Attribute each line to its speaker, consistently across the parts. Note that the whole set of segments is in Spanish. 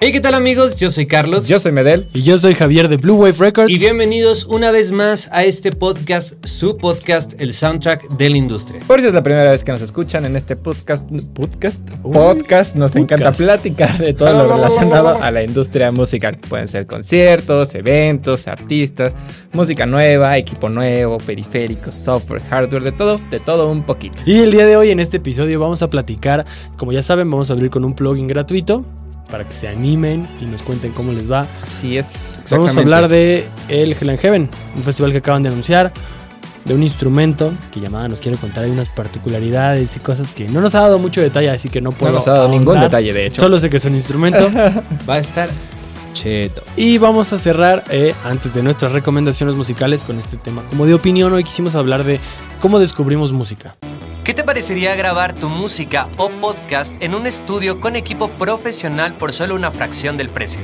Speaker 1: Hey, ¿qué tal amigos? Yo soy Carlos.
Speaker 2: Pues Yo soy Medel.
Speaker 3: Y yo soy Javier de Blue Wave Records.
Speaker 1: Y bienvenidos una vez más a este podcast, su podcast, el soundtrack de la industria.
Speaker 2: Por si es la primera vez que nos escuchan en este podcast. ¿Podcast? podcast. Nos encanta platicar de todo lo relacionado a la industria musical. Pueden ser conciertos, eventos, artistas, música nueva, equipo nuevo, periféricos, software, hardware, de todo, de todo un poquito.
Speaker 3: Y el día de hoy en este episodio vamos a platicar, como ya saben, vamos a abrir con un plugin gratuito para que se animen y nos cuenten cómo les va.
Speaker 2: Así es.
Speaker 3: Vamos
Speaker 2: exactamente.
Speaker 3: a hablar de el Hell and Heaven, un festival que acaban de anunciar, de un instrumento que llamada nos quiere contar hay unas particularidades y cosas que no nos ha dado mucho detalle, así que no
Speaker 2: No
Speaker 3: puedo
Speaker 2: hemos dado ningún
Speaker 3: ahondar.
Speaker 2: detalle, de hecho.
Speaker 3: Solo sé que es un instrumento.
Speaker 1: Va a estar cheto.
Speaker 3: Y vamos a cerrar eh, antes de nuestras recomendaciones musicales con este tema. Como de opinión, hoy quisimos hablar de cómo descubrimos música.
Speaker 1: ¿Qué te parecería grabar tu música o podcast en un estudio con equipo profesional por solo una fracción del precio?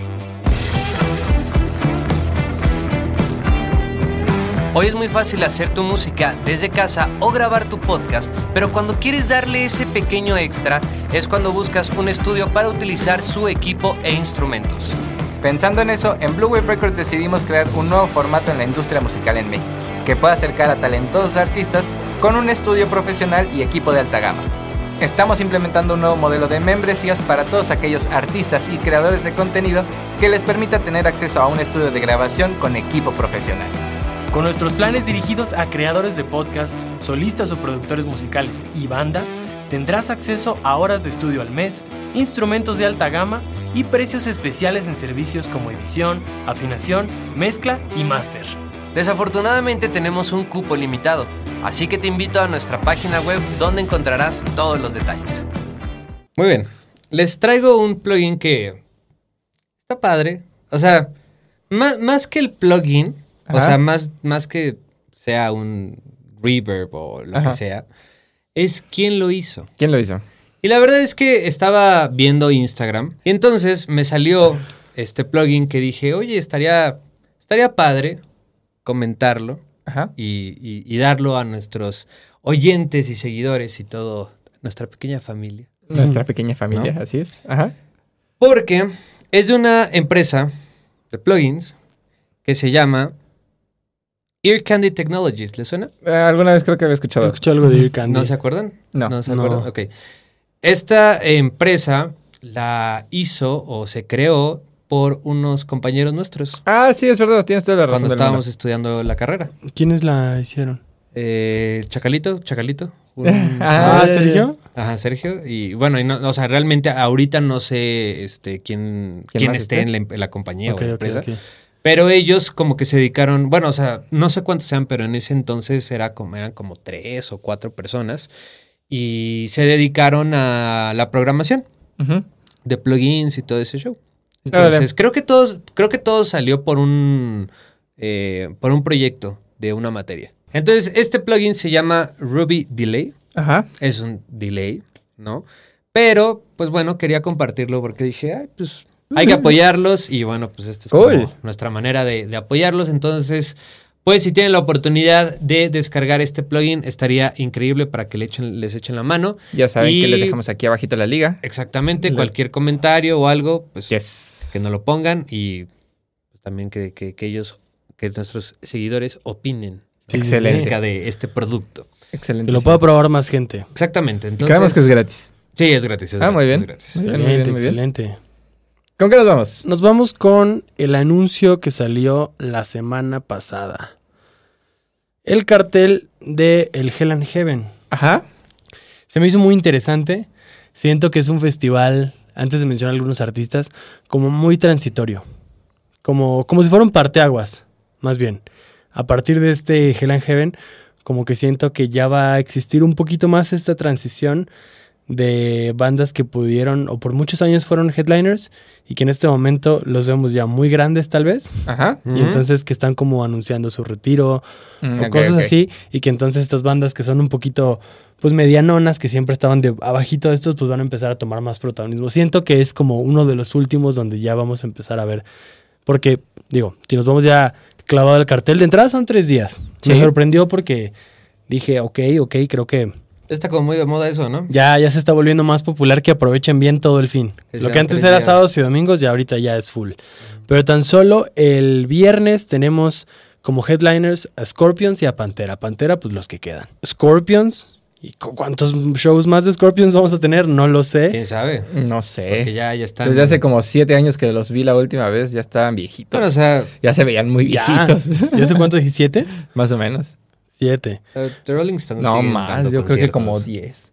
Speaker 1: Hoy es muy fácil hacer tu música desde casa o grabar tu podcast, pero cuando quieres darle ese pequeño extra es cuando buscas un estudio para utilizar su equipo e instrumentos.
Speaker 4: Pensando en eso, en Blue Wave Records decidimos crear un nuevo formato en la industria musical en México, que pueda acercar a talentosos artistas con un estudio profesional y equipo de alta gama. Estamos implementando un nuevo modelo de membresías para todos aquellos artistas y creadores de contenido que les permita tener acceso a un estudio de grabación con equipo profesional.
Speaker 5: Con nuestros planes dirigidos a creadores de podcast, solistas o productores musicales y bandas, tendrás acceso a horas de estudio al mes, instrumentos de alta gama y precios especiales en servicios como edición, afinación, mezcla y máster.
Speaker 1: Desafortunadamente tenemos un cupo limitado, así que te invito a nuestra página web donde encontrarás todos los detalles. Muy bien, les traigo un plugin que está padre. O sea, más, más que el plugin, o
Speaker 2: Ajá.
Speaker 1: sea, más, más que sea un reverb o lo
Speaker 2: Ajá.
Speaker 1: que sea, es quién lo hizo.
Speaker 2: ¿Quién lo hizo?
Speaker 1: Y la verdad es que estaba viendo Instagram. Y entonces me salió este plugin que dije, oye, estaría, estaría padre comentarlo
Speaker 2: Ajá.
Speaker 1: y, y- y darlo a nuestros oyentes y seguidores y todo, nuestra pequeña familia.
Speaker 3: Mm.
Speaker 2: Nuestra pequeña familia,
Speaker 1: ¿No?
Speaker 2: así es. Ajá.
Speaker 1: Porque es de una empresa de plugins que se llama Ear Candy Technologies. ¿Les suena?
Speaker 2: Eh, alguna vez creo que había escuchado.
Speaker 3: Escuché algo de Ear Candy.
Speaker 1: ¿No se acuerdan?
Speaker 2: No.
Speaker 1: se
Speaker 3: No.
Speaker 1: acuerdan. Ok. Esta empresa la hizo o se creó por unos compañeros nuestros
Speaker 2: Ah, sí, es verdad, tienes toda la razón.
Speaker 1: cuando
Speaker 2: del mundo.
Speaker 1: estábamos estudiando la carrera.
Speaker 3: ¿Quiénes la hicieron?
Speaker 1: Eh, Chacalito, Chacalito. un-
Speaker 2: Ah, ya, ya,
Speaker 3: Ah,
Speaker 2: ya.
Speaker 3: Sergio.
Speaker 1: Ajá, Sergio. Y bueno, y no- o sea, realmente ahorita no sé este, quién,
Speaker 2: ¿Quién
Speaker 1: quién,
Speaker 2: más
Speaker 1: esté
Speaker 2: esté?
Speaker 1: en la, em- en la compañía
Speaker 3: Ok,
Speaker 1: o la
Speaker 3: ok,
Speaker 1: empresa.
Speaker 3: ok.
Speaker 1: Pero ellos como que se dedicaron, bueno, o sea, no sé cuántos sean, pero en ese entonces era como, eran como tres o cuatro personas y se dedicaron a la programación
Speaker 2: Ujú.
Speaker 1: de plugins y todo ese show.
Speaker 2: Órale.
Speaker 1: Entonces, creo que todos, creo que todo salió por un eh, por un proyecto de una materia. Entonces, este plugin se llama Ruby Delay.
Speaker 2: Ajá.
Speaker 1: Es un delay, ¿no? Pero, pues bueno, quería compartirlo porque dije, ay, pues hay que apoyarlos. Y bueno, pues esta es
Speaker 2: Cool.
Speaker 1: como nuestra manera de, de apoyarlos. Entonces, pues si tienen la oportunidad de descargar este plugin, estaría increíble para que le echen, les echen la mano.
Speaker 2: Ya saben
Speaker 1: Y-
Speaker 2: que les dejamos aquí abajito la liga.
Speaker 1: Exactamente,
Speaker 2: Le-
Speaker 1: cualquier comentario o algo, pues
Speaker 2: Yes.
Speaker 1: que no lo pongan y también que, que- que ellos, que nuestros seguidores opinen
Speaker 3: Sí, sí,
Speaker 2: Excelente.
Speaker 1: acerca de este producto.
Speaker 2: Excelente.
Speaker 3: Que lo pueda probar más gente.
Speaker 1: Exactamente.
Speaker 2: Y creemos
Speaker 1: Entonces,
Speaker 2: que es gratis.
Speaker 1: Sí, es gratis. es
Speaker 2: Ah, muy
Speaker 1: gratis, es
Speaker 2: bien.
Speaker 1: gratis.
Speaker 2: Muy bien, muy
Speaker 3: Excelente,
Speaker 2: bien, muy bien.
Speaker 3: excelente.
Speaker 2: ¿Con qué nos vamos?
Speaker 3: Nos vamos con el anuncio que salió la semana pasada. El cartel de el Hell and Heaven.
Speaker 2: Ajá.
Speaker 3: Se me hizo muy interesante. Siento que es un festival, antes de mencionar algunos artistas, como muy transitorio. Como, como si fuera un parteaguas, más bien. A partir de este Hell and Heaven, como que siento que ya va a existir un poquito más esta transición de bandas que pudieron o por muchos años fueron headliners y que en este momento los vemos ya muy grandes tal vez
Speaker 2: Ajá.
Speaker 3: y entonces que están como anunciando su retiro
Speaker 2: Mm,
Speaker 3: o
Speaker 2: ok,
Speaker 3: cosas
Speaker 2: ok.
Speaker 3: así, y que entonces estas bandas que son un poquito, pues medianonas, que siempre estaban de abajito de estos, pues van a empezar a tomar más protagonismo. Siento que es como uno de los últimos donde ya vamos a empezar a ver, porque, digo, si nos vamos ya clavado al cartel, de entrada son tres días. Me
Speaker 2: Sí.
Speaker 3: sorprendió porque dije, ok, ok, creo que
Speaker 1: Está como muy de moda eso, ¿no?
Speaker 3: Ya, ya se está volviendo más popular que aprovechen bien todo el fin.
Speaker 1: Que
Speaker 3: Lo
Speaker 1: sean
Speaker 3: que antes
Speaker 1: tres
Speaker 3: era
Speaker 1: días.
Speaker 3: sábados y domingos, ya ahorita ya es full. Pero tan solo el viernes tenemos como headliners a Scorpions y a Pantera. Pantera, pues los que quedan. Scorpions, ¿y cu- cuántos shows más de Scorpions vamos a tener? No lo sé.
Speaker 1: ¿Quién sabe?
Speaker 2: No
Speaker 1: Que
Speaker 3: Eh,
Speaker 2: sé.
Speaker 1: ya, ya están...
Speaker 2: Desde hace como siete años que los vi la última vez, ya estaban viejitos.
Speaker 1: Bueno, o sea,
Speaker 2: ya se veían muy
Speaker 3: Ya.
Speaker 2: viejitos.
Speaker 3: ¿Ya sé cuánto dije? ¿Siete?
Speaker 2: Más o menos.
Speaker 3: Siete.
Speaker 1: eh, The Rolling Stones
Speaker 2: No
Speaker 1: siguen
Speaker 2: más,
Speaker 1: dando
Speaker 2: yo creo que como 10.
Speaker 1: conciertos.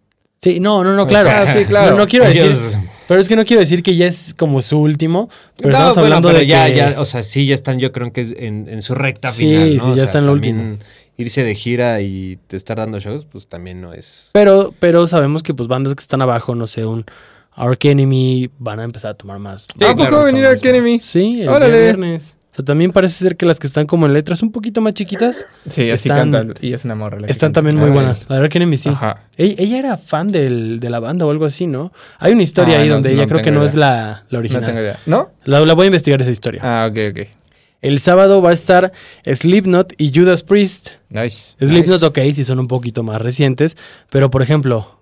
Speaker 3: Sí, no, no,
Speaker 1: Ah,
Speaker 3: no, claro.
Speaker 2: sea, sí, claro.
Speaker 3: No, no quiero decir.
Speaker 1: Ellos-
Speaker 3: Pero es que no quiero decir que ya es como su último. Pero
Speaker 1: no,
Speaker 3: estamos
Speaker 1: bueno,
Speaker 3: hablando
Speaker 1: pero
Speaker 3: de
Speaker 1: ya,
Speaker 3: que...
Speaker 1: ya, o sea, sí, ya están, yo creo que en, en su recta
Speaker 3: Sí,
Speaker 1: final.
Speaker 3: sí,
Speaker 1: ¿no? O
Speaker 3: ya
Speaker 1: sea,
Speaker 3: está en lo
Speaker 1: también
Speaker 3: último.
Speaker 1: Irse de gira y te estar dando shows, pues también no es.
Speaker 3: Pero, pero sabemos que pues bandas que están abajo, no sé, un Ark Enemy van a empezar a tomar más.
Speaker 1: Sí,
Speaker 2: ¿A poco
Speaker 1: claro,
Speaker 2: va a Ah, pues venir
Speaker 1: estamos
Speaker 2: Arch Enemy?
Speaker 3: Sí, el
Speaker 2: Órale.
Speaker 3: día viernes. O sea, también parece ser que las que están como en letras un poquito más chiquitas
Speaker 2: Sí, así
Speaker 3: Están-
Speaker 2: cantan. Y es una morra. la que
Speaker 3: están
Speaker 2: canta.
Speaker 3: también muy
Speaker 2: Órale.
Speaker 3: buenas. La Ark Enemy sí.
Speaker 2: Ajá.
Speaker 3: Ella, ella era fan del- de la banda o algo así, ¿no? Hay una historia
Speaker 2: Ah,
Speaker 3: ahí
Speaker 2: no-
Speaker 3: donde
Speaker 2: no
Speaker 3: ella creo que
Speaker 2: tengo
Speaker 3: no
Speaker 2: idea.
Speaker 3: es la, la
Speaker 2: No
Speaker 3: original.
Speaker 2: tengo idea. ¿No?
Speaker 3: la, la voy a investigar esa historia.
Speaker 2: Ah, ok, ok.
Speaker 3: El sábado va a estar Slipknot y Judas Priest.
Speaker 2: Nice.
Speaker 3: Slipknot, ok, sí son un poquito más recientes, pero por ejemplo,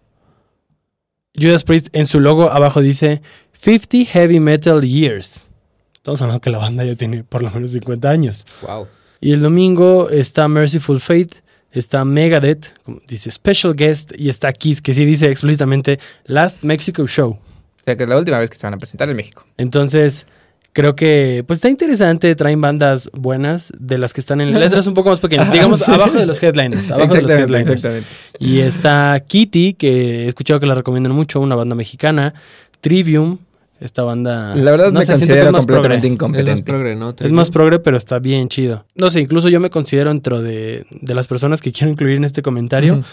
Speaker 3: Judas Priest en su logo abajo dice 50 Heavy Metal Years. Estamos hablando que la banda ya tiene por lo menos 50 años.
Speaker 1: Wow.
Speaker 3: Y el domingo está Merciful Fate, está Megadeth, como dice Special Guest y está Kiss, que sí dice explícitamente Last Mexico Show.
Speaker 2: O sea, que es la última vez que se van a presentar en México.
Speaker 3: Entonces, creo que pues está interesante, traen bandas buenas de las que están en letras un poco más pequeñas, digamos
Speaker 2: sí.
Speaker 3: abajo de los headliners, abajo de los
Speaker 2: exactamente,
Speaker 3: headliners.
Speaker 2: exactamente.
Speaker 3: Y está Kitty, que he escuchado que la recomiendan mucho, una banda mexicana. Trivium, esta banda.
Speaker 2: La verdad
Speaker 3: Ah. no
Speaker 2: me
Speaker 3: sé, siento que
Speaker 2: considero
Speaker 3: es más
Speaker 2: completamente
Speaker 3: progre.
Speaker 1: Es más
Speaker 2: incompetente.
Speaker 1: progre, ¿no?
Speaker 3: Es más progre, pero está bien chido. No sé, incluso yo me considero dentro de, de las personas que quiero incluir en este comentario,
Speaker 2: Ujú.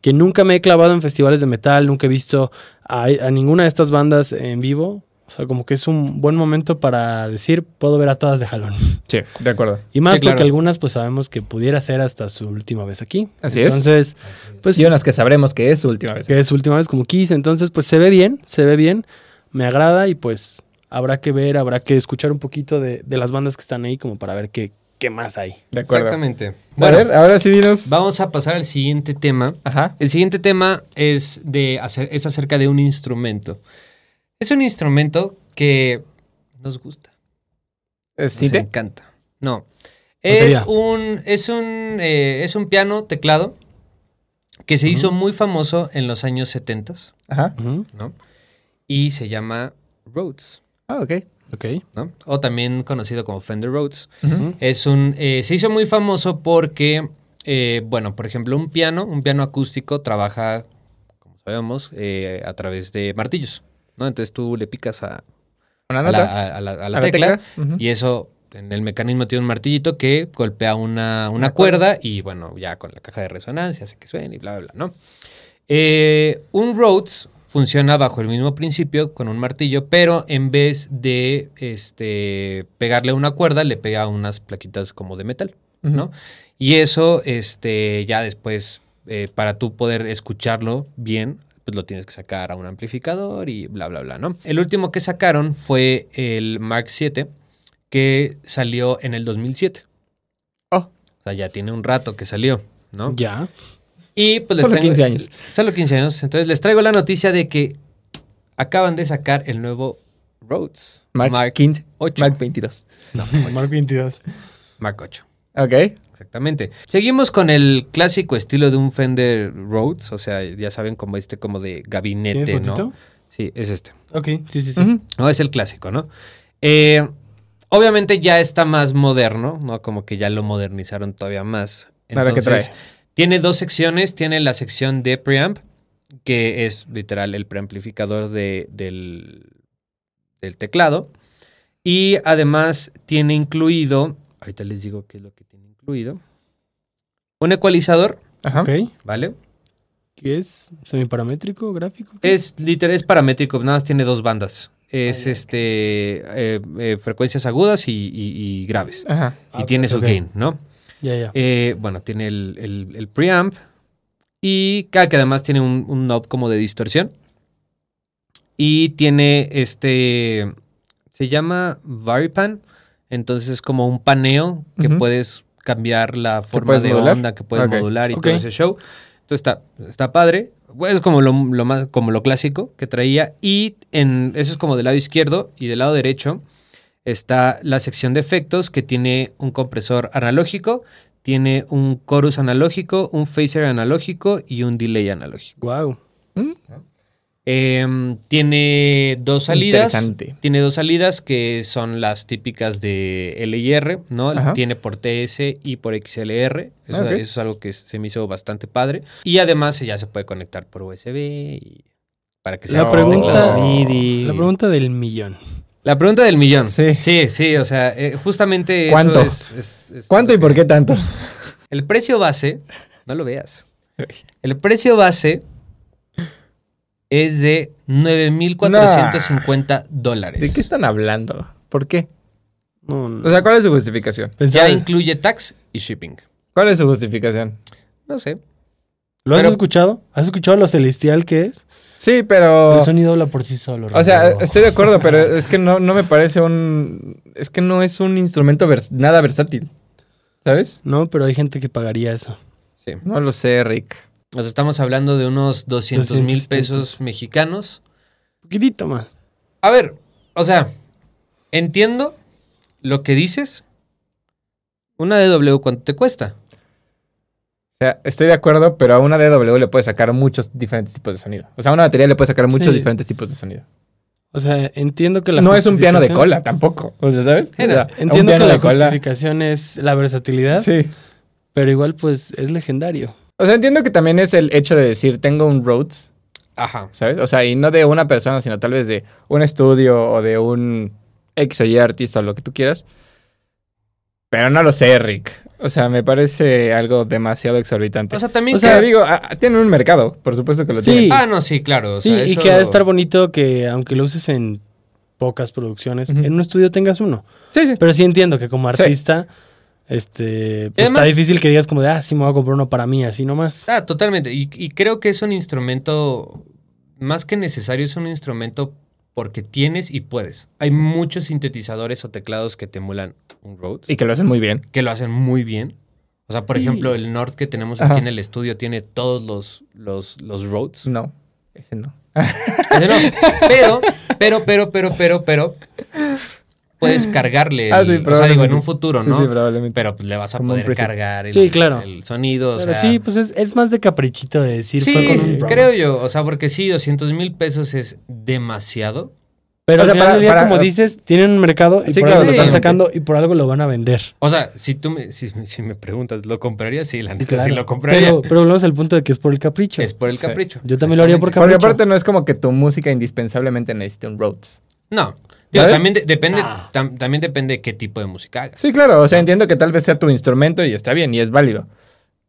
Speaker 3: que nunca me he clavado en festivales de metal, nunca he visto a, a ninguna de estas bandas en vivo. O sea, como que es un buen momento para decir, puedo ver a todas de jalón.
Speaker 2: Sí, de acuerdo.
Speaker 3: Y más
Speaker 1: Sí, claro.
Speaker 3: porque algunas, pues sabemos que pudiera ser hasta su última vez aquí.
Speaker 2: Así es.
Speaker 3: Entonces, pues
Speaker 2: Y unas que sabremos que es su última vez.
Speaker 3: que es su última vez como quise. Entonces, pues se ve bien, se ve bien, me agrada y pues habrá que ver, habrá que escuchar un poquito de, de las bandas que están ahí como para ver qué, qué más hay.
Speaker 2: De acuerdo.
Speaker 1: Exactamente.
Speaker 2: Bueno, a ver, ahora sí dinos.
Speaker 1: Vamos a pasar al siguiente tema.
Speaker 2: Ajá.
Speaker 1: El siguiente tema es, de hacer, es acerca de un instrumento. Es un instrumento que nos gusta.
Speaker 2: Eh,
Speaker 1: Nos
Speaker 2: ¿Cite?
Speaker 1: encanta. No. Es
Speaker 3: Batería.
Speaker 1: un, es, un, eh, es un piano teclado que se hizo muy famoso en los años 70,
Speaker 2: Ajá.
Speaker 3: Ujú,
Speaker 1: ¿no? Y se llama Rhodes,
Speaker 2: Ah, ok.
Speaker 3: Ok.
Speaker 1: ¿no? O también conocido como Fender Rhodes.
Speaker 2: Ujú.
Speaker 1: Es un, eh, se hizo muy famoso porque, eh, bueno, por ejemplo, un piano, un piano acústico trabaja, como sabemos, eh, a través de martillos, ¿no? Entonces tú le picas a,
Speaker 2: Una
Speaker 1: a la,
Speaker 2: nota.
Speaker 1: a- a la- a la
Speaker 2: la
Speaker 1: tecla,
Speaker 2: tecla, ujú.
Speaker 1: y eso en el mecanismo tiene un martillito que golpea una, una cuerda y bueno, ya con la caja de resonancia hace que suene y bla, bla, bla, ¿no? Eh, un Rhodes funciona bajo el mismo principio con un martillo, pero en vez de este, pegarle una cuerda, le pega unas plaquitas como de metal, ¿no? Y eso, este, ya después, eh, para tú poder escucharlo bien, pues lo tienes que sacar a un amplificador y bla, bla, bla, ¿no? El último que sacaron fue el Mark 7, que salió en el 2007.
Speaker 2: Oh.
Speaker 1: O sea, ya tiene un rato que salió, ¿no?
Speaker 3: Ya.
Speaker 1: Y pues les
Speaker 2: Solo
Speaker 1: tengo-
Speaker 2: 15 años.
Speaker 1: Solo 15 años. Entonces les traigo la noticia de que acaban de sacar el nuevo Rhodes.
Speaker 2: Mark, 15.
Speaker 1: 8.
Speaker 2: Mark 22.
Speaker 3: Mark 22.
Speaker 1: Mark 8.
Speaker 2: Ok.
Speaker 1: Exactamente. Seguimos con el clásico estilo de un Fender Rhodes. O sea, ya saben, como este como de gabinete,
Speaker 3: ¿Tiene
Speaker 1: ¿no?
Speaker 3: fotito?
Speaker 1: Sí, es este.
Speaker 3: Ok, sí, sí, sí.
Speaker 2: Ujú.
Speaker 1: No, es el clásico, ¿no? Eh, obviamente ya está más moderno, ¿no? Como que ya lo modernizaron todavía más.
Speaker 2: Ahora, ¿qué trae?
Speaker 1: Tiene dos secciones. Tiene la sección de preamp, que es literal el preamplificador de- del, del teclado. Y además tiene incluido, ahorita les digo qué es lo que tiene incluido, un ecualizador,
Speaker 2: Ajá.
Speaker 3: Ok.
Speaker 1: ¿vale?
Speaker 3: ¿Qué es? ¿Semiparamétrico? ¿Gráfico?
Speaker 1: Es literal, es paramétrico, nada más tiene dos bandas.
Speaker 3: Ah,
Speaker 1: Es este eh, eh, frecuencias agudas y, y- y graves.
Speaker 2: Ajá.
Speaker 1: y tiene su
Speaker 3: Ah, ok.
Speaker 1: gain, ¿no?
Speaker 3: Ya, ya.
Speaker 1: Eh, bueno, tiene el, el- el preamp. Y cada que además tiene un, un knob como de distorsión. Y tiene este. Se llama Varipan. Entonces es como un paneo que
Speaker 2: Ujú.
Speaker 1: puedes cambiar la forma
Speaker 2: puedes
Speaker 1: de
Speaker 2: modular?
Speaker 1: onda, que puedes
Speaker 2: Ok.
Speaker 1: modular y
Speaker 3: Ok.
Speaker 1: todo ese show. Entonces está, está padre. Es como lo, lo más, como lo clásico que traía. Y en, eso es como del lado izquierdo y del lado derecho está la sección de efectos que tiene un compresor analógico, tiene un chorus analógico, un phaser analógico y un delay analógico.
Speaker 3: Wow.
Speaker 1: Em, tiene dos salidas.
Speaker 2: Interesante.
Speaker 1: Tiene dos salidas que son las típicas de LIR, ¿no?
Speaker 2: Ajá.
Speaker 1: Tiene por TS y por XLR. Eso,
Speaker 2: Ah, ok.
Speaker 1: eso es algo que se me hizo bastante padre. Y además ya se puede conectar por USB y- para que sea
Speaker 3: La
Speaker 1: un
Speaker 3: pregunta-
Speaker 1: teclado MIDI.
Speaker 3: La pregunta del millón.
Speaker 1: La pregunta del millón.
Speaker 2: Sí.
Speaker 1: Sí, sí, o sea, eh, justamente eso
Speaker 2: ¿Cuánto?
Speaker 1: es- es- es-
Speaker 2: ¿Cuánto y por qué tanto?
Speaker 1: El precio base, no lo veas. El precio base es de 9,450 dólares.
Speaker 2: ¿De qué están hablando? ¿Por qué?
Speaker 3: No,
Speaker 2: O sea, ¿cuál es su justificación?
Speaker 1: Ya incluye tax y shipping.
Speaker 2: ¿Cuál es su justificación?
Speaker 1: No sé.
Speaker 3: ¿Lo has
Speaker 2: pero-
Speaker 3: escuchado? ¿Has escuchado lo celestial que es?
Speaker 2: Sí, pero...
Speaker 3: El sonido habla por sí solo.
Speaker 2: O sea,
Speaker 3: Rodrigo.
Speaker 2: estoy de acuerdo, pero es que no, no me parece un... Es que no es un instrumento vers- nada versátil. ¿Sabes?
Speaker 3: No, pero hay gente que pagaría eso.
Speaker 1: Sí.
Speaker 2: No lo sé, Rick.
Speaker 1: Nos estamos hablando de unos 200 mil
Speaker 3: 200.
Speaker 1: pesos mexicanos.
Speaker 3: Poquitito más.
Speaker 1: A ver, o sea, entiendo lo que dices. Una DW, ¿cuánto te cuesta?
Speaker 2: O sea, estoy de acuerdo, pero a una DW le puede sacar muchos diferentes tipos de sonido. O sea, a una batería le puede sacar muchos
Speaker 3: Sí.
Speaker 2: diferentes tipos de sonido.
Speaker 3: O sea, entiendo que la
Speaker 2: No es un piano de
Speaker 3: justificación-
Speaker 2: cola tampoco. O sea, ¿sabes? O sea, un
Speaker 3: Entiendo que
Speaker 2: piano
Speaker 3: la
Speaker 2: de cola-
Speaker 3: justificación es la versatilidad,
Speaker 2: Sí.
Speaker 3: pero igual pues es legendario.
Speaker 2: O sea, entiendo que también es el hecho de decir, tengo un Rhodes,
Speaker 1: Ajá.
Speaker 2: ¿sabes? O sea, y no de una persona, sino tal vez de un estudio o de un X o Y artista o lo que tú quieras. Pero no lo sé, Rick. O sea, me parece algo demasiado exorbitante.
Speaker 1: O sea, también
Speaker 2: O sea,
Speaker 1: que-
Speaker 2: digo, ah, ah, tienen un mercado, por supuesto que lo
Speaker 3: Sí.
Speaker 2: tienen.
Speaker 1: Ah, no, sí, claro. o
Speaker 3: Sí,
Speaker 1: sea,
Speaker 3: y
Speaker 1: eso-
Speaker 3: que ha de estar bonito que aunque lo uses en pocas producciones,
Speaker 2: Ujú.
Speaker 3: en un estudio tengas uno.
Speaker 2: Sí, sí.
Speaker 3: Pero sí entiendo que como
Speaker 2: Sí.
Speaker 3: artista, este, pues, está
Speaker 1: Además-
Speaker 3: difícil que digas como de, ah, sí me voy a comprar uno para mí, así nomás.
Speaker 1: Ah, totalmente. Y, y creo que es un instrumento más que necesario, es un instrumento porque tienes y puedes. Hay muchos sintetizadores o teclados que te emulan un Rhodes,
Speaker 2: Y que lo hacen muy bien.
Speaker 1: que lo hacen muy bien. O sea, por
Speaker 3: Sí.
Speaker 1: ejemplo, el North que tenemos
Speaker 2: Ajá.
Speaker 1: aquí en el estudio tiene todos los, los, los Rhodes.
Speaker 3: Mm.
Speaker 2: No, ese no.
Speaker 1: Ese no. Pero, pero, pero, pero, pero, pero. Puedes cargarle. el-
Speaker 2: Ah, sí,
Speaker 1: o sea, digo, en
Speaker 2: probablemente.
Speaker 1: un futuro,
Speaker 2: Sí,
Speaker 1: ¿no?
Speaker 2: sí, probablemente.
Speaker 1: Pero pues, le vas a
Speaker 2: Como un
Speaker 1: poder
Speaker 2: preset.
Speaker 1: cargar el,
Speaker 3: Sí, claro.
Speaker 1: el sonido. o
Speaker 3: Pero
Speaker 1: sea,
Speaker 3: sí, pues es, es más de caprichito de decir, fue con un
Speaker 1: Sí,
Speaker 3: Bronx.
Speaker 1: creo yo. O sea, porque sí, 200 mil pesos es demasiado.
Speaker 3: Pero
Speaker 2: O sea,
Speaker 3: al final
Speaker 2: para-
Speaker 3: del día,
Speaker 2: para-
Speaker 3: como dices, tienen un mercado y
Speaker 2: Sí, claro,
Speaker 3: por algo lo están
Speaker 1: totalmente.
Speaker 3: sacando y por algo lo van a vender.
Speaker 1: O sea, si tú me, si, si me preguntas, ¿lo compraría? Sí, la neta, sí
Speaker 3: Claro.
Speaker 1: lo compraría.
Speaker 3: Pero, pero volvemos al punto de que es por el capricho.
Speaker 1: es por el
Speaker 2: Sí.
Speaker 1: capricho.
Speaker 3: Yo también lo haría por
Speaker 2: Porque
Speaker 1: Exactamente.
Speaker 3: capricho.
Speaker 2: aparte no es como que tu música indispensablemente necesite un Rhodes.
Speaker 1: No. Digo,
Speaker 2: ¿Sabes?
Speaker 1: también de- depende,
Speaker 3: Ah.
Speaker 1: tam- también depende de qué tipo de música hagas.
Speaker 2: Sí, claro. O sea, entiendo que tal vez sea tu instrumento y está bien y es válido.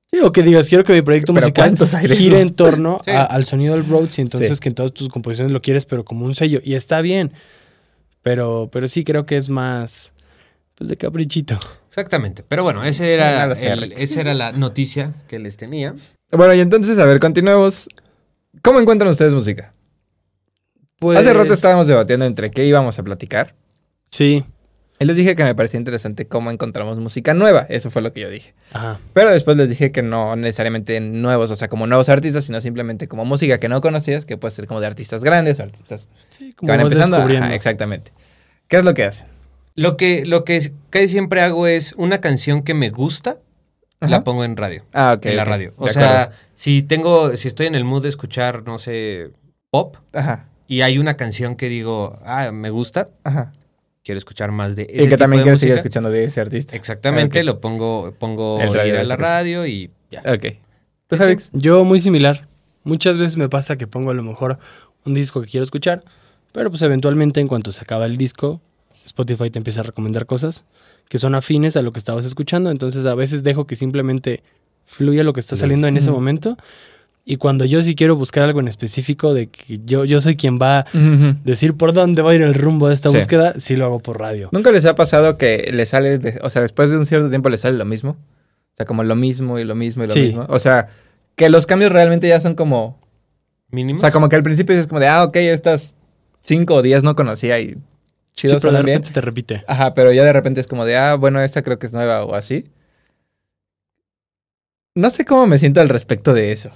Speaker 3: Sí, o que digas, quiero que mi proyecto
Speaker 2: Pero
Speaker 3: musical
Speaker 2: ¿cuántos hay de
Speaker 3: gire
Speaker 2: esos?
Speaker 3: en torno
Speaker 1: Sí.
Speaker 3: a- al sonido del Rhodes y entonces
Speaker 2: Sí.
Speaker 3: que en todas tus composiciones lo quieres, pero como un sello. Y está bien. Pero, pero sí creo que es más pues, de caprichito.
Speaker 1: Exactamente. Pero bueno, ese
Speaker 2: Sí,
Speaker 1: era
Speaker 2: no lo sé,
Speaker 1: el-
Speaker 2: Rick.
Speaker 1: esa era la noticia que les tenía.
Speaker 2: Bueno, y entonces, a ver, continuemos. ¿Cómo encuentran ustedes música? Hace
Speaker 3: Pues,
Speaker 2: rato
Speaker 1: Pues
Speaker 2: estábamos debatiendo entre qué íbamos a platicar.
Speaker 3: Sí.
Speaker 2: Y les dije que me parecía interesante cómo encontramos música nueva. Eso fue lo que yo dije.
Speaker 3: Ajá.
Speaker 2: Pero después les dije que no necesariamente nuevos, o sea, como nuevos artistas, sino simplemente como música que no conocías, que puede ser como de artistas grandes, artistas
Speaker 3: Sí,
Speaker 2: que
Speaker 3: como
Speaker 2: van
Speaker 3: vas
Speaker 2: empezando.
Speaker 3: descubriendo.
Speaker 2: Ajá, exactamente. ¿Qué es lo que hacen?
Speaker 1: Lo que, lo que casi siempre hago es una canción que me gusta,
Speaker 2: Ajá.
Speaker 1: la pongo en radio.
Speaker 2: Ah, ok.
Speaker 1: en la
Speaker 2: ok.
Speaker 1: radio. O
Speaker 2: De
Speaker 1: sea,
Speaker 2: acuerdo.
Speaker 1: si tengo, si estoy en el mood de escuchar, no sé, pop,
Speaker 2: Ajá,
Speaker 1: y hay una canción que digo, ah, me gusta,
Speaker 2: ajá.
Speaker 1: quiero escuchar más de ese
Speaker 2: Y que también
Speaker 1: tipo de
Speaker 2: quiero seguir
Speaker 1: música.
Speaker 2: escuchando de ese artista.
Speaker 1: Exactamente,
Speaker 2: Ah, ok.
Speaker 1: lo pongo, pongo
Speaker 2: El
Speaker 1: el
Speaker 2: radio
Speaker 1: radio,
Speaker 2: de
Speaker 1: la
Speaker 2: esa
Speaker 1: radio y ya.
Speaker 2: Ok. ¿Tú, Javix?
Speaker 3: Yo muy similar. Muchas veces me pasa que pongo a lo mejor un disco que quiero escuchar, pero pues eventualmente en cuanto se acaba el disco, Spotify te empieza a recomendar cosas que son afines a lo que estabas escuchando, entonces a veces dejo que simplemente fluya lo que está saliendo en ese
Speaker 2: Ujú.
Speaker 3: momento y cuando yo sí quiero buscar algo en específico de que yo, yo soy quien va a decir por dónde va a ir el rumbo de esta
Speaker 2: Sí.
Speaker 3: búsqueda, sí lo hago por radio.
Speaker 2: ¿Nunca les ha pasado que les sale, de- o sea, después de un cierto tiempo les sale lo mismo? O sea, como lo mismo y lo mismo y lo
Speaker 3: Sí.
Speaker 2: mismo. O sea, que los cambios realmente ya son como... O
Speaker 1: Mínimo.
Speaker 2: sea, como que al principio es como de, ah, ok, estas cinco o diez no conocía y
Speaker 3: Sí,
Speaker 2: chido
Speaker 3: pero de
Speaker 2: suenan bien.
Speaker 3: repente te repite.
Speaker 2: Ajá, pero ya de repente es como de, ah, bueno, esta creo que es nueva o así. No sé cómo me siento al respecto de eso.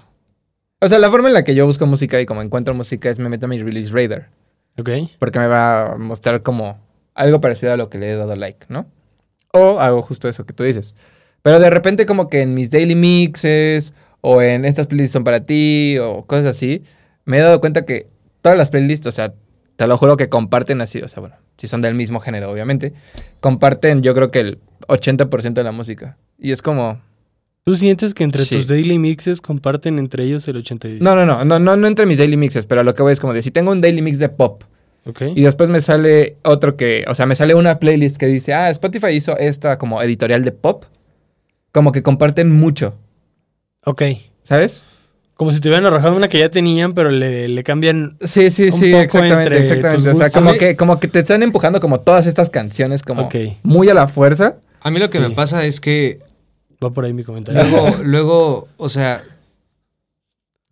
Speaker 2: O sea, la forma en la que yo busco música y como encuentro música es me meto a mi release radar.
Speaker 3: Ok.
Speaker 2: Porque me va a mostrar como algo parecido a lo que le he dado like, ¿no? O hago justo eso que tú dices. Pero de repente como que en mis daily mixes o en estas playlists son para ti o cosas así, me he dado cuenta que todas las playlists, o sea, te lo juro que comparten así, o sea, bueno, si son del mismo género, obviamente, comparten yo creo que el 80% de la música. Y es como,
Speaker 3: ¿Tú sientes que entre
Speaker 2: Sí.
Speaker 3: tus daily mixes comparten entre ellos el 86?
Speaker 2: no, no, no, no, no, no entre mis daily mixes, pero a lo que voy es como de si tengo un daily mix de pop
Speaker 3: Ok.
Speaker 2: y después me sale otro que, o sea, me sale una playlist que dice, ah, Spotify hizo esta como editorial de pop, como que comparten mucho,
Speaker 3: Ok.
Speaker 2: ¿sabes?
Speaker 3: Como si te hubieran arrojado una que ya tenían, pero le, le cambian.
Speaker 2: Sí, sí,
Speaker 3: Un
Speaker 2: sí,
Speaker 3: poco
Speaker 2: exactamente,
Speaker 3: entre tus
Speaker 2: exactamente. O sea,
Speaker 3: gustos.
Speaker 2: como
Speaker 1: A mí-
Speaker 2: que, como que te están empujando como todas estas canciones como
Speaker 3: Ok.
Speaker 2: muy a la fuerza.
Speaker 1: A mí lo que
Speaker 3: Sí.
Speaker 1: me pasa es que
Speaker 3: Va por ahí mi comentario.
Speaker 1: luego, luego, o sea,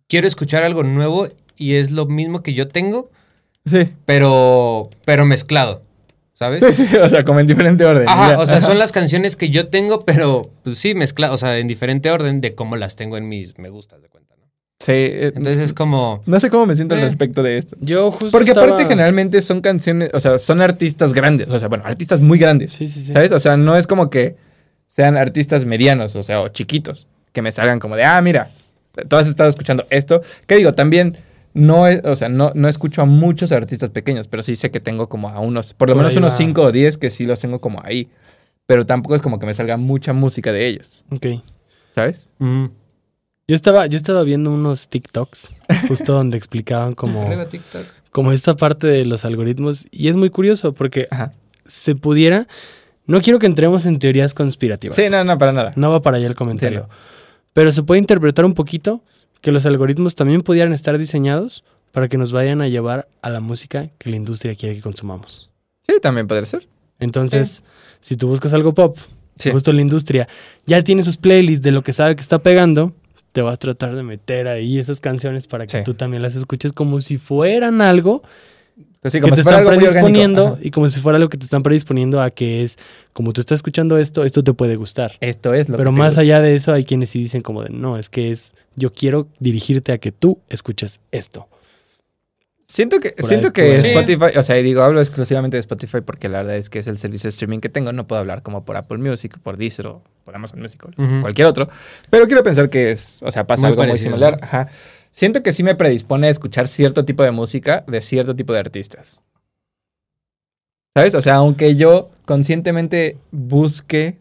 Speaker 1: quiero escuchar algo nuevo y es lo mismo que yo tengo,
Speaker 2: Sí.
Speaker 1: pero, pero mezclado, ¿sabes?
Speaker 2: Sí, sí, o sea, como en diferente orden.
Speaker 1: Ajá,
Speaker 2: ya.
Speaker 1: o sea, son las canciones que yo tengo, pero pues, sí, mezcla, o sea, en diferente orden de cómo las tengo en mis me gustas de cuenta, ¿no?
Speaker 2: Sí, eh,
Speaker 1: Entonces es como
Speaker 2: no sé cómo me siento al
Speaker 1: Eh.
Speaker 2: respecto de esto.
Speaker 3: Yo justo.
Speaker 2: Porque
Speaker 3: estaba-
Speaker 2: aparte generalmente son canciones, o sea, son artistas grandes, o sea, bueno, artistas muy grandes,
Speaker 3: Sí, sí, sí.
Speaker 2: ¿sabes? O sea, no es como que sean artistas medianos, o sea, o chiquitos, que me salgan como de, ah, mira, tú has estado escuchando esto. Que digo, también no es, o sea, no, no escucho a muchos artistas pequeños, pero sí sé que tengo como a unos, por lo
Speaker 3: Por
Speaker 2: menos
Speaker 3: ahí
Speaker 2: unos
Speaker 3: va.
Speaker 2: 5 o 10 que sí los tengo como ahí. Pero tampoco es como que me salga mucha música de ellos,
Speaker 3: Ok.
Speaker 2: ¿sabes?
Speaker 1: mm,
Speaker 3: Yo estaba, yo estaba viendo unos TikToks justo donde explicaban como,
Speaker 1: arriba TikTok.
Speaker 3: como esta parte de los algoritmos. Y es muy curioso porque
Speaker 2: Ajá.
Speaker 3: se pudiera. No quiero que entremos en teorías conspirativas.
Speaker 2: Sí, no, no, para nada.
Speaker 3: No va para allá el comentario.
Speaker 2: Sí,
Speaker 3: Pero se puede interpretar un poquito que los algoritmos también pudieran estar diseñados para que nos vayan a llevar a la música que la industria quiere que consumamos.
Speaker 2: Sí, también podría ser. Pues,
Speaker 3: Entonces, si tú buscas algo pop,
Speaker 2: Sí.
Speaker 3: justo la industria, ya tiene sus playlists de lo que sabe que está pegando, te va a tratar de meter ahí esas canciones para que
Speaker 2: Sí.
Speaker 3: tú también las escuches como si fueran algo
Speaker 2: Así
Speaker 3: que
Speaker 2: como
Speaker 3: te
Speaker 2: si fuera
Speaker 3: están
Speaker 2: algo muy orgánico.
Speaker 3: predisponiendo
Speaker 2: Ajá.
Speaker 3: y como si fuera algo que te están predisponiendo a que es, como tú estás escuchando esto, esto te puede gustar.
Speaker 2: Esto es lo
Speaker 3: Pero
Speaker 2: que te
Speaker 3: más
Speaker 2: gusta.
Speaker 3: allá de eso, hay quienes sí dicen como de, no, es que es, yo quiero dirigirte a que tú escuches esto.
Speaker 2: Siento que,
Speaker 3: Por
Speaker 2: siento
Speaker 3: ahí, por
Speaker 2: que
Speaker 3: ahí.
Speaker 2: Spotify, o sea, y digo, hablo exclusivamente de Spotify porque la verdad es que es el servicio de streaming que tengo. No puedo hablar como por Apple Music, por Deezer o por Amazon Music o
Speaker 3: Mm.
Speaker 1: Ujú.
Speaker 2: cualquier otro. Pero quiero pensar que es, o sea, pasa
Speaker 1: Muy
Speaker 2: algo
Speaker 1: parecido,
Speaker 2: muy similar.
Speaker 1: ¿no?
Speaker 2: Ajá. Siento que sí me predispone a escuchar cierto tipo de música de cierto tipo de artistas. ¿Sabes? O sea, aunque yo conscientemente busque.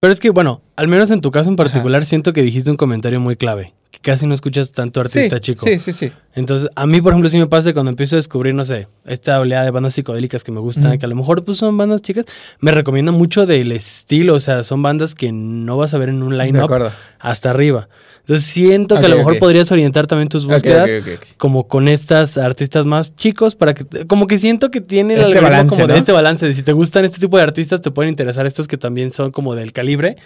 Speaker 3: Pero es que, bueno, al menos en tu caso en particular, siento que dijiste un comentario muy clave, que casi no escuchas tanto artista
Speaker 2: Sí,
Speaker 3: chico.
Speaker 2: Sí, sí, sí.
Speaker 3: Entonces, a mí, por ejemplo, sí me pasa cuando empiezo a descubrir, no sé, esta oleada de bandas psicodélicas que me gustan,
Speaker 2: Ujú.
Speaker 3: que a lo mejor pues, son bandas chicas, me recomiendan mucho del estilo, o sea, son bandas que no vas a ver en un
Speaker 2: De
Speaker 3: line-up
Speaker 2: acuerdo.
Speaker 3: hasta arriba. Entonces, siento que a lo
Speaker 2: Ok,
Speaker 3: mejor
Speaker 2: ok.
Speaker 3: podrías orientar también tus
Speaker 2: Ok, ok,
Speaker 3: búsquedas
Speaker 2: ok, ok.
Speaker 3: como con estas artistas más chicos para que como que siento que tiene el
Speaker 2: Este
Speaker 3: algoritmo
Speaker 2: balance,
Speaker 3: como de
Speaker 2: ¿no?
Speaker 3: este balance de si te gustan este tipo de artistas te pueden interesar estos que también son como del calibre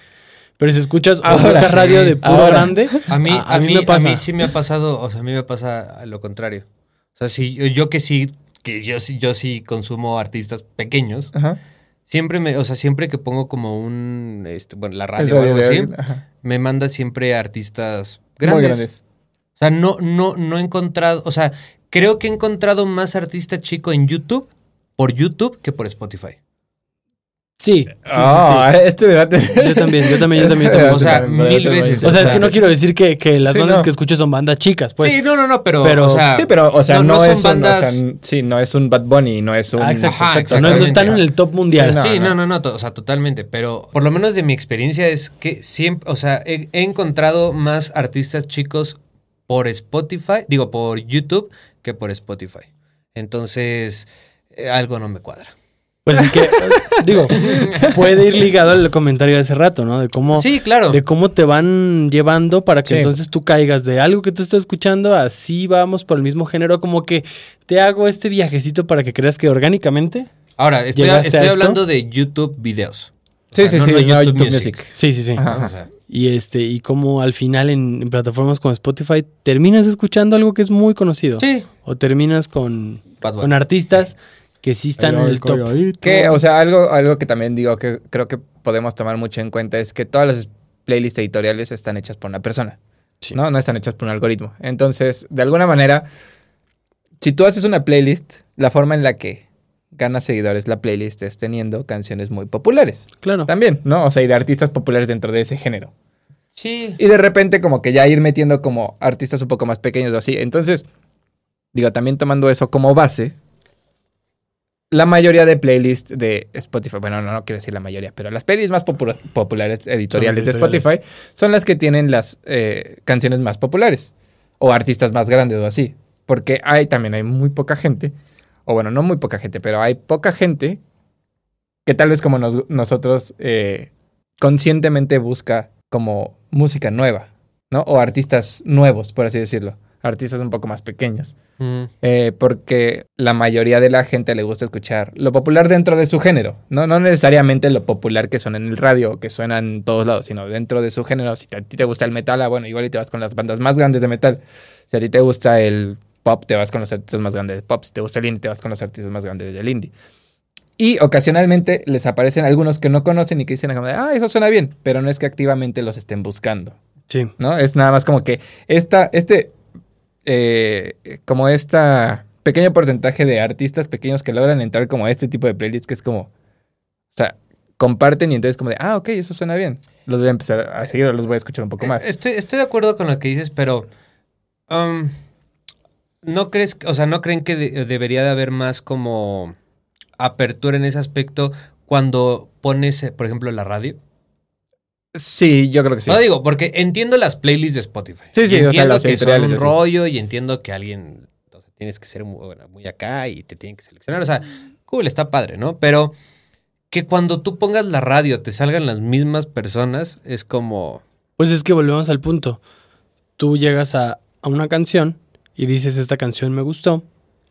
Speaker 3: pero si escuchas o
Speaker 2: Ahora
Speaker 3: buscas
Speaker 2: sí,
Speaker 3: radio de puro
Speaker 2: ahora.
Speaker 3: grande
Speaker 1: A mí, a, mí,
Speaker 3: me pasa
Speaker 1: a mí sí me ha pasado, o sea, a mí me pasa lo contrario. O sea, si yo, yo que sí, que yo sí, yo sí consumo artistas pequeños,
Speaker 2: Ajá.
Speaker 1: siempre me, o sea, siempre que pongo como un, este, bueno, la
Speaker 2: El
Speaker 1: radio o algo
Speaker 2: de-
Speaker 1: así,
Speaker 2: ajá.
Speaker 1: me manda siempre artistas
Speaker 2: Muy
Speaker 1: grandes.
Speaker 2: grandes.
Speaker 1: O sea, no, no, no he encontrado, o sea, creo que he encontrado más artista chico en YouTube, por YouTube, que por Spotify.
Speaker 3: sí, sí, sí,
Speaker 2: Ah, este debate.
Speaker 3: sí. yo también yo también yo también, yo también.
Speaker 1: O sea, mil veces.
Speaker 3: o sea es que no quiero decir que, que las
Speaker 2: Sí,
Speaker 3: bandas
Speaker 2: no.
Speaker 3: que escucho son bandas chicas pues
Speaker 1: sí, no, no, no, pero,
Speaker 3: pero-
Speaker 1: o sea,
Speaker 2: Sí, pero, o sea,
Speaker 1: no-
Speaker 2: no,
Speaker 1: no son
Speaker 2: es un,
Speaker 1: bandas-
Speaker 2: o sea, n- sí, no es un Bad Bunny, no es un...
Speaker 3: Ah, exacto,
Speaker 1: Ajá,
Speaker 3: exacto. No, no están en el top mundial
Speaker 2: Sí, no.
Speaker 1: sí, no, no, no, to- o sea, totalmente, pero por lo menos de mi experiencia es que siempre, o sea, he, he encontrado más artistas chicos por Spotify, digo, por YouTube que por Spotify. Entonces, eh, algo no me cuadra.
Speaker 3: pues es que digo puede ir ligado al comentario de hace rato no de cómo
Speaker 1: Sí, claro.
Speaker 3: de cómo te van llevando para
Speaker 2: Sí.
Speaker 3: que entonces tú caigas de algo que tú estás escuchando, así vamos por el mismo género, como que te hago este viajecito para que creas que orgánicamente.
Speaker 1: Ahora, estoy,
Speaker 3: ¿Llegaste
Speaker 1: estoy
Speaker 3: a esto?
Speaker 1: hablando de YouTube videos. O
Speaker 2: Sí,
Speaker 1: sea,
Speaker 2: sí,
Speaker 1: no-
Speaker 2: sí,
Speaker 1: no
Speaker 2: no, YouTube Music.
Speaker 3: Sí, sí, sí.
Speaker 2: Ajá.
Speaker 1: O sea,
Speaker 3: Y este, y como al final en, en plataformas como Spotify terminas escuchando algo que es muy conocido.
Speaker 1: sí,
Speaker 3: O terminas con,
Speaker 1: Bad Bunny.
Speaker 3: con artistas que sí están en el top.
Speaker 2: Que, o sea, algo, algo que también digo que creo que podemos tomar mucho en cuenta es que todas las playlists editoriales están hechas por una persona.
Speaker 3: Sí.
Speaker 2: ¿no? No están hechas por un algoritmo. Entonces, de alguna manera, si tú haces una playlist, la forma en la que ganas seguidores la playlist es teniendo canciones muy populares.
Speaker 3: Claro.
Speaker 2: También, ¿no? O sea, y de artistas populares dentro de ese género.
Speaker 1: Sí.
Speaker 2: Y de repente como que ya ir metiendo como artistas un poco más pequeños o así. Entonces, digo, también tomando eso como base, la mayoría de playlists de Spotify, bueno, no, no quiero decir la mayoría, pero las playlists más popula- populares editoriales de
Speaker 3: editoriales.
Speaker 2: Spotify son las que tienen las eh, canciones más populares o artistas más grandes o así. Porque hay también, hay muy poca gente, o bueno, no muy poca gente, pero hay poca gente que tal vez como nos- nosotros eh, conscientemente busca como música nueva, ¿no? O artistas nuevos, por así decirlo. Artistas un poco más pequeños.
Speaker 1: Mm.
Speaker 2: Eh, porque la mayoría de la gente le gusta escuchar lo popular dentro de su género, ¿no? No necesariamente lo popular que suena en el radio, que suena en todos lados, sino dentro de su género. Si a ti te gusta el metal, ah, bueno, igual y te vas con las bandas más grandes de metal. Si a ti te gusta el pop, te vas con los artistas más grandes de pop. Si te gusta el indie, te vas con los artistas más grandes del indie. Y ocasionalmente les aparecen algunos que no conocen y que dicen, como de, ah, eso suena bien, pero no es que activamente los estén buscando.
Speaker 3: Sí.
Speaker 2: ¿no? Es nada más como que esta, este, eh, como esta pequeño porcentaje de artistas pequeños que logran entrar como a este tipo de playlists que es como, o sea, comparten y entonces como de, ah, ok, eso suena bien. Los voy a empezar a seguir o los voy a escuchar un poco más.
Speaker 1: eh, Estoy, estoy de acuerdo con lo que dices, pero um, no crees, o sea, no creen que de- debería de haber más como apertura en ese aspecto cuando pones, eh, por ejemplo, la radio.
Speaker 2: Sí, yo creo que sí.
Speaker 1: No digo, porque entiendo las playlists de Spotify.
Speaker 2: Sí, sí, o
Speaker 1: Y
Speaker 2: sea,
Speaker 1: entiendo
Speaker 2: las
Speaker 1: que son
Speaker 2: editoriales,
Speaker 1: un
Speaker 2: así.
Speaker 1: rollo y entiendo que alguien o sea, tienes que ser muy, bueno, muy acá y te tienen que seleccionar. O sea, cool, está padre, ¿no? Pero que cuando tú pongas la radio te salgan las mismas personas es como
Speaker 3: Pues es que volvemos al punto. Tú llegas a, a una canción y dices, esta canción me gustó,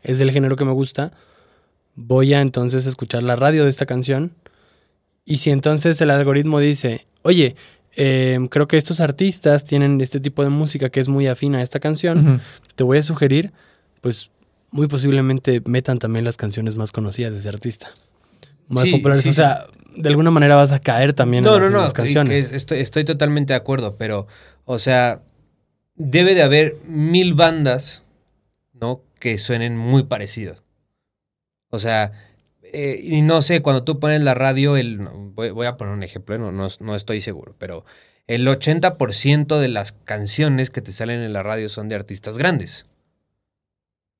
Speaker 3: es del género que me gusta, voy a entonces escuchar la radio de esta canción. Y si entonces el algoritmo dice, oye, eh, creo que estos artistas tienen este tipo de música que es muy afín a esta canción,
Speaker 2: Ujú.
Speaker 3: te voy a sugerir, pues muy posiblemente metan también las canciones más conocidas de ese artista. Más
Speaker 1: Sí,
Speaker 3: populares.
Speaker 1: sí,
Speaker 3: o sea, de alguna manera vas a caer también en
Speaker 1: No,
Speaker 3: las
Speaker 1: no, no.
Speaker 3: mismas
Speaker 1: y
Speaker 3: canciones.
Speaker 1: que Estoy, estoy totalmente de acuerdo, pero, o sea, debe de haber mil bandas, ¿no? Que suenen muy parecidas. O sea, eh, y no sé, cuando tú pones la radio, el, no, voy, voy a poner un ejemplo, eh, no, no, no estoy seguro, pero el 80% de las canciones que te salen en la radio son de artistas grandes.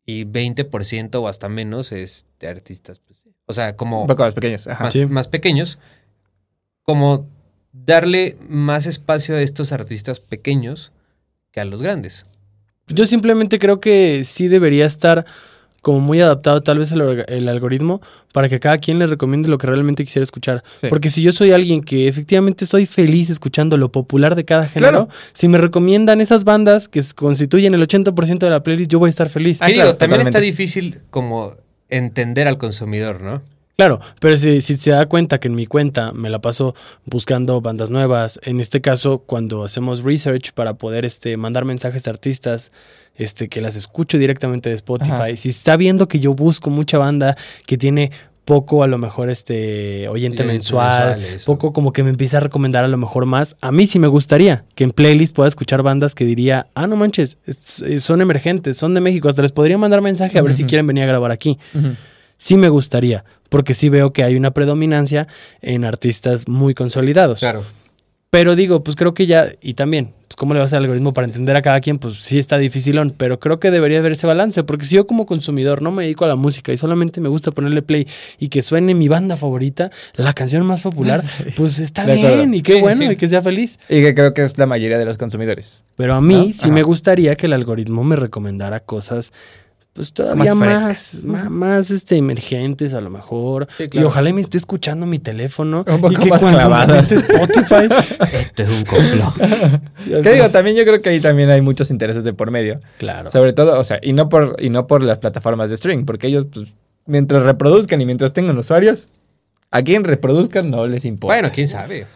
Speaker 1: Y 20% o hasta menos es de artistas, pues, o sea, como
Speaker 2: Un poco más pequeños. ajá.
Speaker 1: más,
Speaker 3: Sí.
Speaker 1: más pequeños, como darle más espacio a estos artistas pequeños que a los grandes.
Speaker 3: Yo simplemente creo que sí debería estar como muy adaptado tal vez el, orga- el algoritmo para que a cada quien le recomiende lo que realmente quisiera escuchar.
Speaker 2: Sí.
Speaker 3: Porque si yo soy alguien que efectivamente soy feliz escuchando lo popular de cada género,
Speaker 2: Claro.
Speaker 3: si me recomiendan esas bandas que s- constituyen el 80% de la playlist, yo voy a estar feliz.
Speaker 2: Ah,
Speaker 1: Que digo,
Speaker 2: claro,
Speaker 1: también está
Speaker 2: totalmente. Pues,
Speaker 1: difícil como entender al consumidor, ¿no?
Speaker 3: Claro, pero si, si se da cuenta que en mi cuenta me la paso buscando bandas nuevas, en este caso cuando hacemos research para poder este, mandar mensajes a artistas, este, que las escucho directamente de Spotify,
Speaker 2: Ajá.
Speaker 3: si está viendo que yo busco mucha banda que tiene poco a lo mejor este oyente
Speaker 1: Oyente
Speaker 3: mensual,
Speaker 1: mensual, eso.
Speaker 3: poco como que me empieza a recomendar a lo mejor más, a mí sí me gustaría que en playlist pueda escuchar bandas que diría, ah, no manches, es- eh, son emergentes, son de México, hasta les podría mandar mensaje a ver si
Speaker 2: Ujú.
Speaker 3: quieren venir a grabar aquí
Speaker 2: Ujú.
Speaker 3: sí me gustaría, porque sí veo que hay una predominancia en artistas muy consolidados.
Speaker 1: Claro.
Speaker 3: Pero digo, pues creo que ya, y también, pues, ¿cómo le vas al algoritmo para entender a cada quien? Pues sí está dificilón, pero creo que debería haber ese balance, porque si yo como consumidor no me dedico a la música y solamente me gusta ponerle play y que suene mi banda favorita, la canción más popular, pues está
Speaker 2: De acuerdo.
Speaker 3: bien y qué
Speaker 1: Sí, sí,
Speaker 3: bueno
Speaker 1: sí.
Speaker 3: y que sea feliz.
Speaker 2: Y que creo que es la mayoría de los consumidores.
Speaker 3: Pero a mí
Speaker 2: ¿No?
Speaker 3: sí
Speaker 2: Ajá.
Speaker 3: me gustaría que el algoritmo me recomendara cosas pues todavía más,
Speaker 2: frescas.
Speaker 3: ma- más, este, emergentes a lo mejor.
Speaker 1: Sí, claro.
Speaker 3: Y ojalá y me esté escuchando mi teléfono.
Speaker 2: Un poco
Speaker 3: y que
Speaker 2: más Este
Speaker 3: cuando me
Speaker 2: clavadas.
Speaker 3: meta Spotify.
Speaker 1: Esto es un complot.
Speaker 3: ya
Speaker 2: Que digo,
Speaker 3: estás-
Speaker 2: también yo creo que ahí también hay muchos intereses de por medio.
Speaker 3: Claro.
Speaker 2: Sobre todo, o sea, y no por, y no por las plataformas de streaming, porque ellos, pues, mientras reproduzcan y mientras tengan usuarios, a quien reproduzcan no les importa.
Speaker 1: bueno, quién sabe.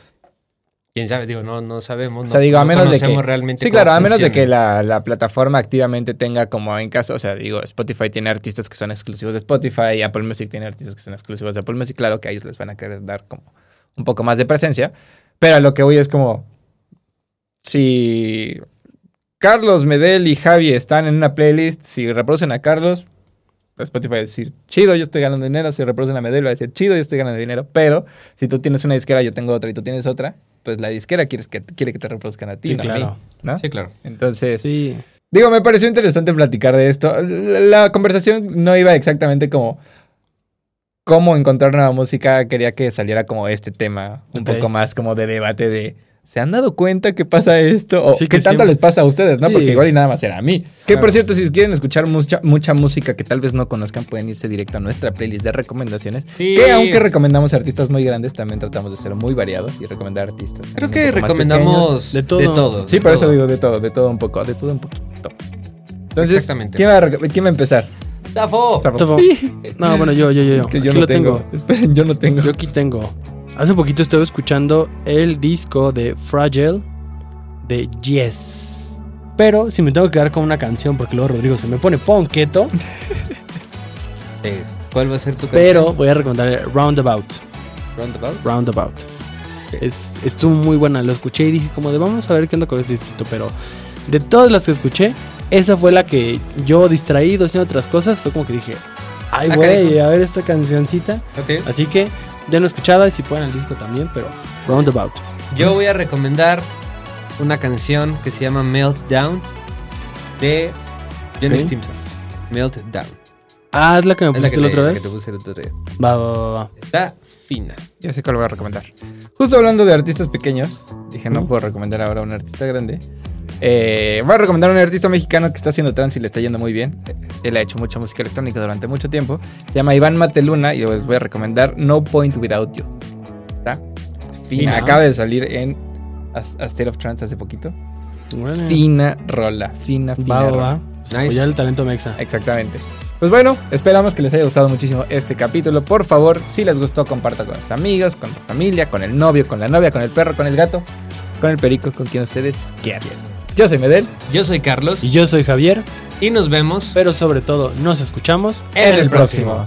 Speaker 1: Quién sabe, digo, no, no sabemos.
Speaker 2: pues, o sea,
Speaker 1: no-
Speaker 2: digo, a
Speaker 1: no
Speaker 2: menos de que.
Speaker 1: conocemos realmente
Speaker 2: sí,
Speaker 1: cómo
Speaker 2: claro, a menos de que
Speaker 1: funciona.
Speaker 2: la, la plataforma activamente tenga como en caso, o sea, digo, Spotify tiene artistas que son exclusivos de Spotify, Apple Music tiene artistas que son exclusivos de Apple Music, claro que a ellos les van a querer dar como un poco más de presencia, pero a lo que voy es como. Si Carlos Medel y Javi están en una playlist. Si reproducen a Carlos, pues Spotify va a decir, chido, yo estoy ganando dinero. Si reproducen a Medel, va a decir, chido, yo estoy ganando dinero. Pero si tú tienes una disquera, yo tengo otra y tú tienes otra, pues la disquera quieres que, quiere que te reproduzcan a ti,
Speaker 3: Sí,
Speaker 2: no a mí.
Speaker 3: claro.
Speaker 2: ¿no?
Speaker 1: Sí, claro.
Speaker 2: Entonces,
Speaker 3: Sí.
Speaker 2: digo, me pareció interesante platicar de esto. La conversación no iba exactamente como cómo encontrar nueva música. Quería que saliera como este tema, un
Speaker 3: Ok.
Speaker 2: poco más como de debate de. ¿Se han dado cuenta que pasa esto? ¿O
Speaker 3: Sí,
Speaker 2: qué
Speaker 3: que
Speaker 2: tanto
Speaker 3: sí.
Speaker 2: les pasa a ustedes, no?
Speaker 3: Sí.
Speaker 2: Porque igual y nada más era a mí. Que por
Speaker 1: Claro.
Speaker 2: cierto, si quieren escuchar mucha, mucha música que tal vez no conozcan, pueden irse directo a nuestra playlist de recomendaciones.
Speaker 1: Sí.
Speaker 2: Que aunque recomendamos artistas muy grandes, también tratamos de ser muy variados y recomendar artistas.
Speaker 1: Creo
Speaker 2: un
Speaker 1: que
Speaker 2: poco más pequeños.
Speaker 1: recomendamos
Speaker 3: de
Speaker 1: de
Speaker 3: todo.
Speaker 1: todo.
Speaker 2: Sí,
Speaker 1: de
Speaker 2: por eso
Speaker 1: todo.
Speaker 2: digo de todo, de todo un poco, de todo un poquito. Entonces,
Speaker 1: Exactamente.
Speaker 2: ¿quién, va a, reco- quién va a empezar?
Speaker 1: ¡Zafo!
Speaker 2: Zafo.
Speaker 3: Zafo. No, bueno, yo, yo, yo. yo.
Speaker 2: Es que
Speaker 3: Aquí
Speaker 2: yo no
Speaker 3: lo
Speaker 2: tengo.
Speaker 3: tengo.
Speaker 2: Esperen, yo no tengo.
Speaker 3: Yo aquí tengo. Hace poquito estuve escuchando el disco de Fragile de Yes. Pero si me tengo que quedar con una canción, porque luego Rodrigo se me pone ponqueto,
Speaker 1: Eh, ¿Cuál va a ser tu
Speaker 3: pero
Speaker 1: canción?
Speaker 3: voy a recomendar Roundabout.
Speaker 1: Roundabout.
Speaker 3: Roundabout. Es, estuvo muy buena, lo escuché y dije como de vamos a ver qué onda con este disquito, pero de todas las que escuché, esa fue la que yo distraído haciendo otras cosas, fue como que dije, ay
Speaker 1: Ah,
Speaker 3: güey,
Speaker 1: canijo.
Speaker 3: a ver esta cancioncita.
Speaker 1: Ok.
Speaker 3: Así que denlo escuchada y si pueden el disco también, pero Roundabout.
Speaker 1: Yo voy a recomendar una canción que se llama Meltdown de Johnny
Speaker 3: Ok.
Speaker 1: Stimson. Meltdown.
Speaker 3: Ah, es la que me
Speaker 1: Es la que
Speaker 3: pusiste la
Speaker 1: te-
Speaker 3: otra
Speaker 1: la que
Speaker 3: vez.
Speaker 1: te puse el otro día.
Speaker 3: Va, va, va, va.
Speaker 1: Está fina.
Speaker 3: Pues,
Speaker 2: Ya sé cuál voy a recomendar. Justo hablando de artistas pequeños, dije, no
Speaker 3: Ujú.
Speaker 2: puedo recomendar ahora a un artista grande. Eh, voy a recomendar a un artista mexicano que está haciendo trans y le está yendo muy bien. Eh, Él ha hecho mucha música electrónica durante mucho tiempo. Se llama Iván Mateluna y les voy a recomendar No Point Without You. Está fina.
Speaker 3: Fina.
Speaker 2: Acaba de salir en A, A State of Trance hace poquito.
Speaker 3: Órale.
Speaker 2: Fina rola, fina, fina.
Speaker 3: Va, va,
Speaker 2: rola.
Speaker 3: va.
Speaker 1: Nice.
Speaker 3: Apoyar el talento mexa.
Speaker 2: Exactamente. Pues bueno, esperamos que les haya gustado muchísimo este capítulo. Por favor, si les gustó, compartan con sus amigos, con tu familia, con el novio, con la novia, con el perro, con el gato, con el perico, con quien ustedes quieran. Yo soy Medel.
Speaker 1: Yo soy Carlos
Speaker 3: Y yo soy Javier,
Speaker 1: y nos vemos
Speaker 3: pero sobre todo nos escuchamos
Speaker 2: En el próximo.